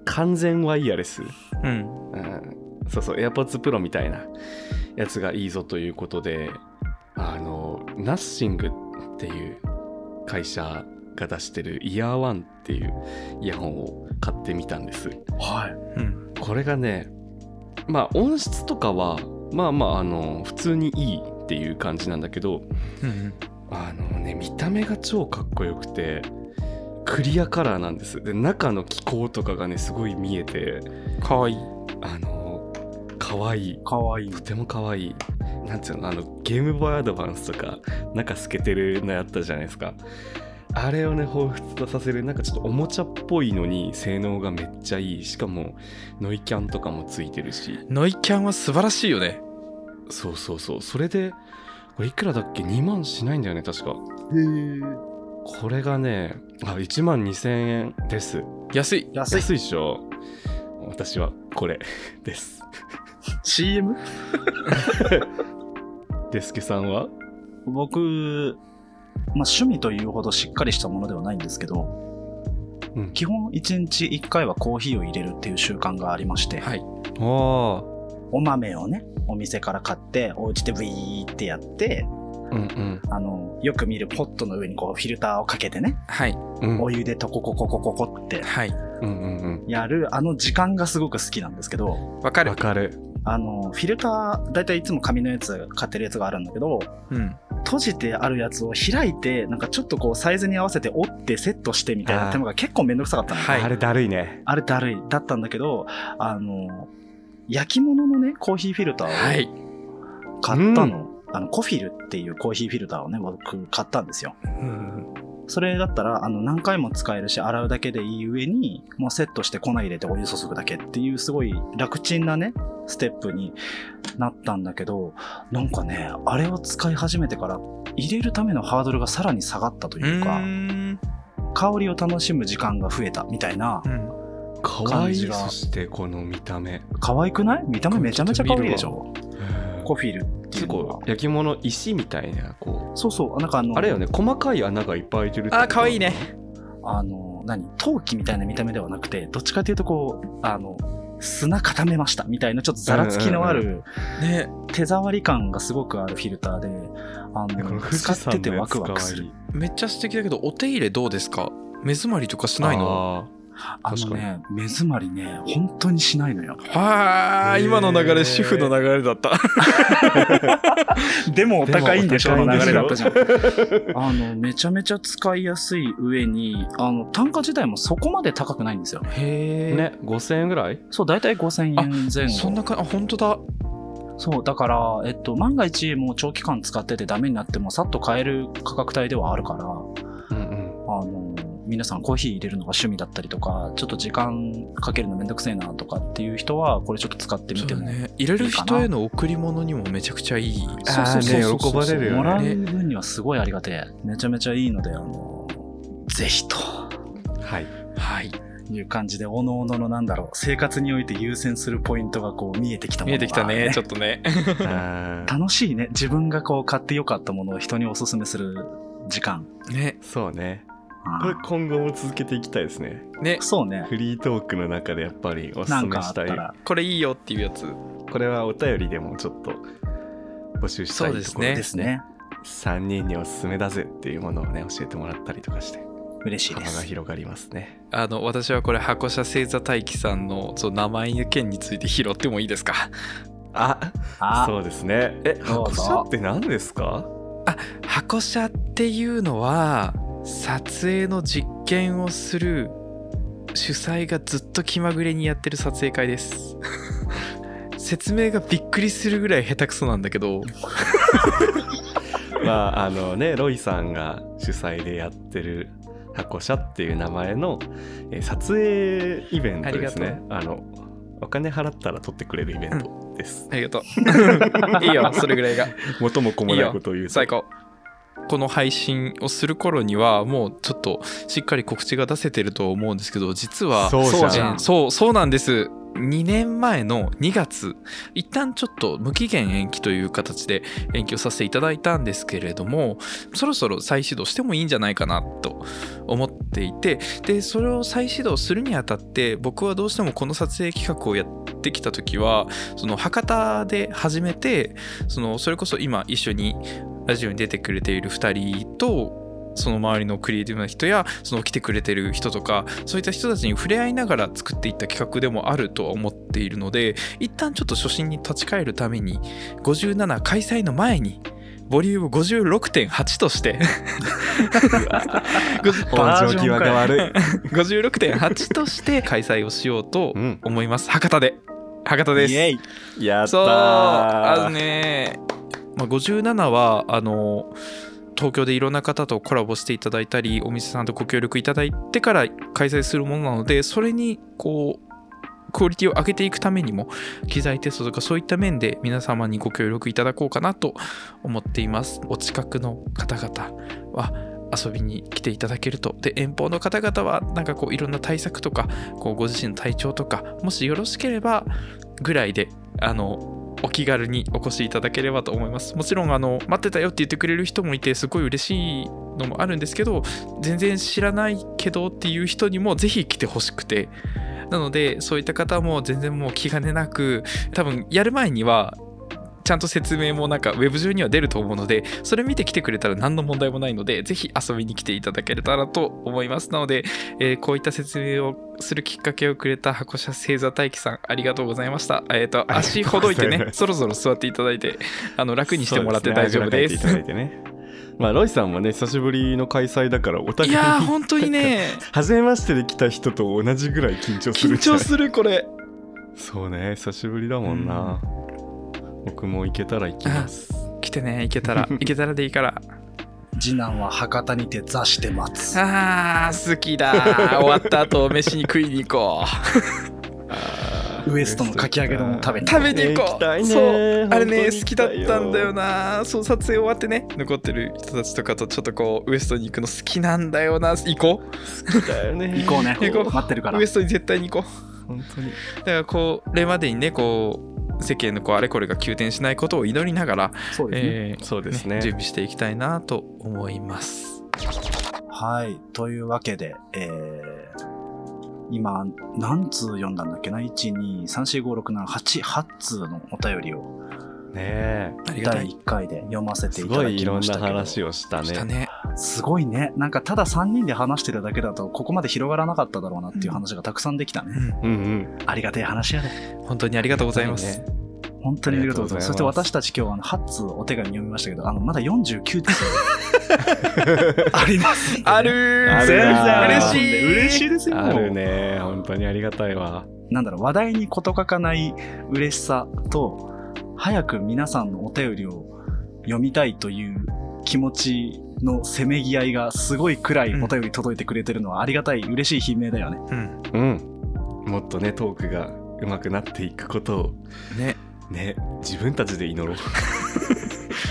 完全ワイヤレス、
うん、うん、
うん、そうそう AirPods Pro みたいなやつがいいぞということであの Nothing っていう会社が出してるイヤーワンっていうイヤホンを買ってみたんです
はい。
うん、
これがねまあ音質とかはまあまああの普通にいいっていう感じなんだけど
うん
あのね見た目が超かっこよくてクリアカラーなんですで中の気候とかがねすごい見えて
うん、かわいい
あの可愛い
かわいい
と。ても可愛いなんつうのあのゲームボーイアドバンスとか中透けてるのやったじゃないですかあれをね彷彿とさせるなんかちょっとおもちゃっぽいのに性能がめっちゃいいしかもノイキャンとかもついてるし
ノイキャンは素晴らしいよね
そうそうそうそれでこれいくらだっけ2万しないんだよね確かこれがねあ1万2000円です
安い
安い。
安いでしょ私はこれ です
CM?
デスケさんは
僕、まあ、趣味というほどしっかりしたものではないんですけど、
うん
基本1日1回はコーヒーを入れるっていう習慣がありまして、
はい
あ
お豆をね、お店から買って、お家でブイーってやって、
うん
あの、よく見るポットの上にこうフィルターをかけてね、
はい
うんうん
お湯でトココココココって
はい
うんうんうん
やる、あの時間がすごく好きなんですけど、
わかる
わかる
あの、フィルター、だいたいいつも紙のやつ買ってるやつがあるんだけど、
うん
閉じてあるやつを開いて、なんかちょっとこうサイズに合わせて折ってセットしてみたい
あ
な
ー
手間が結構めんどくさかったの。
はい
あれだるいね
あれだるい、だったんだけど、あの、焼き物のね、コーヒーフィルター
は
を
い
買ったの。あの、コフィルっていうコーヒーフィルターをね、僕買ったんですよ。
うん
それだったら、あの、何回も使えるし、洗うだけでいい上に、もうセットして粉入れてお湯注ぐだけっていう、すごい楽ちんなね、ステップになったんだけど、なんかね、あれを使い始めてから、入れるためのハードルがさらに下がったと
う
いうか、
ん
香りを楽しむ時間が増えたみたいな
う、ん
かわ
感
いい
じ
そ
が
してこの見た目
可愛くない見た目めちゃめちゃ可愛いでしょ
こ
コフィルっていうのは
う。焼き物石みたいなこ
そうそう、なんかあ
う
の、
あれよね細かい穴がいっぱい開いてるってこと
あーかわいいね
あの、何陶器みたいな見た目ではなくて、どっちかというとこう、あの、砂固めましたみたいな、ちょっとざらつきのあ
うん
る、
ね
手触り感がすごくあるフィルターで、
こ
あ
の
の、
富士
使って
山
て
のや
ワ
つ
ク
か
ワ
わ
クす
い
る
い。
めっちゃ素敵だけどお手入れどうですか目詰まりとかしないの
あ
あ
確か
の
に
ね、目詰まりね、本当にしないのよ。
はあ
へー
今の流れ主婦の流れだった
でもお高いんでしょ、
で
の
もお
流
高いん
れだ
でしょ
ったじゃん。
あの、めちゃめちゃ使いやすい上に、あの、単価自体もそこまで高くないんですよ。
へ
ーね5000円ぐらい
そう、だいたい5000円前
え
後。
そんなかあ本当だ
そう、だから、えっと、万が一もう長期間使っててダメになっても、さっと買える価格帯ではあるから、
うんうん
あの、皆さんコーヒー入れるのが趣味だったりとか、ちょっと時間かけるのめんどくせえなとかっていう人は、これちょっと使ってみ
そう
て
だ
も。
ね入れる人への贈り物にもめちゃくちゃいい
そうそうそうそう
あーね喜ばれるよね
もらう分にはすごいありがてえ。めちゃめちゃいいので、あの、ぜひと。
はい
はい
いう感じで、おのおののなんだろう、生活において優先するポイントがこう見えてきたもの
見えてきた
が
ねちょっとね
あー
楽しいね。自分がこう買ってよかったものを人におすすめする時間。
ね
そうね
うん
これ今後も続けていきたいですね
ね
そうね。
フリートークの中でやっぱりおす
な
す
ん
め
かあ
し
った
たい
ら。
これいいよっていうやつ
これはお便りでもちょっと募集したいところです
そうで
ね
ですね。
3人におすすめだぜっていうものをね教えてもらったりとかして
嬉しいで
幅が
す。
広がりますね
あの私はこれ箱車星座大輝さんのその名前の件について拾ってもいいですか
あ
あ、
そうですねえ
ど
箱
うぞ
車って何ですか
箱車っていうのは撮影の実験をする主催がずっと気まぐれにやってる撮影会です 説明がびっくりするぐらい下手くそなんだけど
まああのねロイさんが主催でやってる箱車っていう名前の、えー撮影イベントです
あり
ねあのお金払ったら撮ってくれるイベントです、
ありがと う いいよそれぐらいが
元も子もないことを言うと
最高この配信をする頃にはもうちょっとしっかり告知が出せてると思うんですけど実は
そうじゃん
そうじゃん
そうそうなんです2年前の2月一旦ちょっと無期限延期という形で延期をさせていただいたんですけれどもそろそろ再始動してもいいんじゃないかなと思っていてでそれを再始動するにあたって僕はどうしてもこの撮影企画をやってきた時はその博多で始めてそのそれこそ今一緒にラジオに出てくれている2人とその周りのクリエイティブな人やその来てくれてる人とかそういった人たちに触れ合いながら作っていった企画でもあるとは思っているので一旦ちょっと初心に立ち返るために57開催の前にボリューム56.8と して
本情際が悪い、
56.8として開催をしようと
うん、
思います博多で博多です
イエイ
やった
そうあの
ー
ね、まあ、57はあの東京でいろんな方とコラボしていただいたりお店さんとご協力いただいてから開催するものなのでそれにこうクオリティを上げていくためにも機材テストとかそういった面で皆様にご協力いただこうかなと思っていますお近くの方々は遊びに来ていただけるとで遠方の方々はなんかこういろんな対策とかこうご自身の体調とかもしよろしければぐらいであのお気軽にお越しいただければと思います。もちろんあの待ってたよって言ってくれる人もいてすごい嬉しいのもあるんですけど全然知らないけどっていう人にもぜひ来てほしくてなのでそういった方も全然もう気兼ねなく多分やる前にはちゃんと説明もなんかウェブ上には出ると思うのでそれ見て来てくれたら何の問題もないのでぜひ遊びに来ていただけたらと思いますなので、えーこういった説明をするきっかけをくれた箱車星座大輝さんありがとうございましたえっ、と
ありがとうございます
足ほどいてねそろそろ座っていただいてあの楽にしてもらって大丈夫です
そうねあぐらかいていただいて ねまあロイさんもね久しぶりの開催だからお互い
い
に
やー本当にね
初めましてで来た人と同じぐらい緊張する
緊
んじゃ
張
ない
するこれ
そうね久しぶりだもんな、僕も行けたら行きます
来てね行けたら行けたらでいいから
次男は博多にて座して待つ。
あー好きだ終わった後飯に食いに行こう
ウエストのかき揚げ丼を食べに。
食べに行こ
行き
う、
たいね
そうあれ
本
ね
当に
好き
行き
だった
いよ
たんだよなそう撮影終わってね残ってる人たちとかとちょっとこうウエストに行くの好きなんだよな行こ
行きたいよね
行こうね。
行こう
待ってるから
うウエ。ストに絶対に行こう
本当に
だからこれまでにねこう世間のこうあれこれが急転しないことを祈りながら、
そうですね。
えー
そうですね
準備していきたいなと思います。
はい。というわけで、えー今、何通読んだんだっけな ?1、2、3、4、5、6、7、8、8通のお便りを
ね
ありがた
第
い。
1回で読ませ
え
て
す
いた
ご
だ
いい
き
ろん
ました
な
けど。
話をした
した
ね
ね。
すごいね。なんかただ3人で話してるだけだと、ここまで広がらなかっただろうなっていう話がたくさんできたね。
うん
うんうん
ありがてえ話やね。
本当にありがとうございます。
本当にありがとうございます。
あ
そ
りがと
して
うございます
私たち今日、あの、8通お手紙読みましたけど、あの、まだ49通 ありますんでね
ある
あ
ー
るな
嬉しい
嬉しいですよ。
あるね本当にありがたいわ
なんだろう、話題に事欠かない嬉しさと、早く皆さんのお便りを読みたいという気持ちのせめぎ合いがすごいくらいお便り届いてくれてるのはありがたい、嬉しい悲鳴だよね。
うん。
うんもっとねトークが上手くなっていくことを
ね。
ね自分たちで祈ろう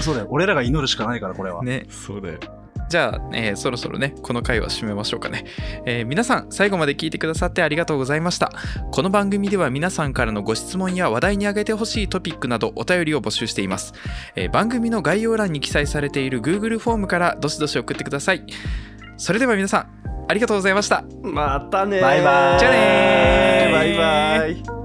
そうだよ、俺らが祈るしかないから、これは。
ね。
そうだよ
じゃあ、えーそろそろね、この回は締めましょうかね、えー皆さん、最後まで聞いてくださってありがとうございました。この番組では皆さんからのご質問や話題に挙げてほしいトピックなどお便りを募集しています、えー番組の概要欄に記載されている Google フォームからどしどし送ってください。それでは皆さん、ありがとうございました。
またね
バイバイ
じゃあねー
バイバイ